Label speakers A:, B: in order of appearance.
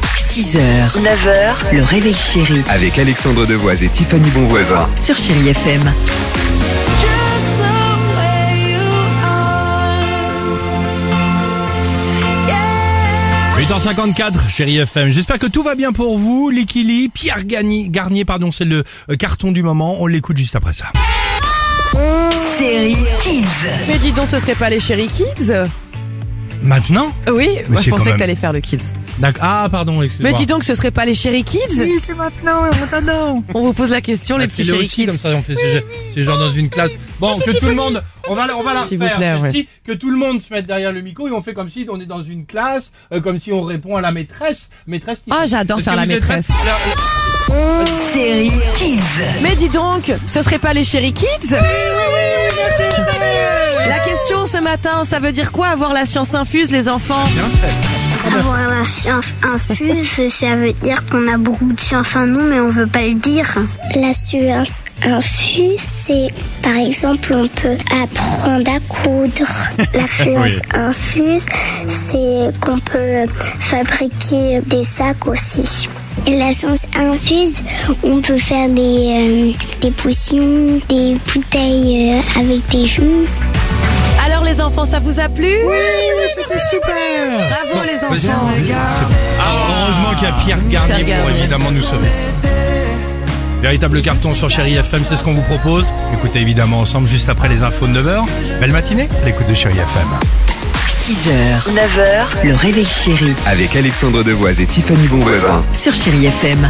A: 6h, 9h, le réveil chéri
B: Avec Alexandre Devoise et Tiffany Bonvoisin.
A: sur Chéri FM.
C: Just the way you are. Yeah.
D: 8h54, chérie FM. J'espère que tout va bien pour vous. Likili, Pierre Garnier, Garnier pardon, c'est le euh, carton du moment. On l'écoute juste après ça.
A: Chéri Kids.
E: Mais dis donc, ce serait pas les chéri kids
D: Maintenant
E: Oui, moi,
D: c'est
E: je
D: quand
E: pensais
D: même-
E: que t'allais faire le kids.
D: D'accord. Ah, pardon,
E: Mais
D: excusez-moi.
E: dis donc, ce serait pas les chéri kids
D: Oui, c'est maintenant, maintenant.
E: On vous pose la question, les petits
D: Faites-le
E: chéri
D: aussi,
E: kids.
D: comme ça, on fait ce jeu- ce genre dans une classe. Bon, que tout le monde, on va, la- on va la
E: S'il
D: refaire,
E: vous plaît,
D: celle-ci, que tout le monde se mette derrière le micro et on fait comme si on est dans une classe, euh, comme si on répond à la maîtresse. Maîtresse.
E: Ah, j'adore
D: Est-ce
E: faire
D: que
E: la
D: vous êtes
E: maîtresse.
D: prête Alors,
A: Chéri Kids.
E: Mais dis donc, ce serait pas les chéri kids La question ce matin, ça veut dire quoi avoir la science infuse, les enfants
F: Avoir la science infuse, ça veut dire qu'on a beaucoup de science en nous, mais on veut pas le dire. La science infuse, c'est par exemple, on peut apprendre à coudre. La science infuse, c'est qu'on peut fabriquer des sacs aussi. La science infuse, on peut faire des, euh, des potions, des bouteilles euh, avec des jus.
E: Alors les enfants, ça vous a plu
D: C'était super.
E: Bravo les
D: vas-y.
E: enfants
D: Ah, heureusement qu'il y a Pierre Garnier
E: Pierre
D: pour
E: Garnier.
D: évidemment nous sauver. Véritable carton sur Chéri FM, c'est ce qu'on vous propose. Écoutez évidemment ensemble juste après les infos de 9h. Belle matinée, à l'écoute de Chéri FM.
A: 6h, 9h, le réveil chéri
B: Avec Alexandre Devoise et Tiffany Bonvoisin.
A: sur Chéri FM.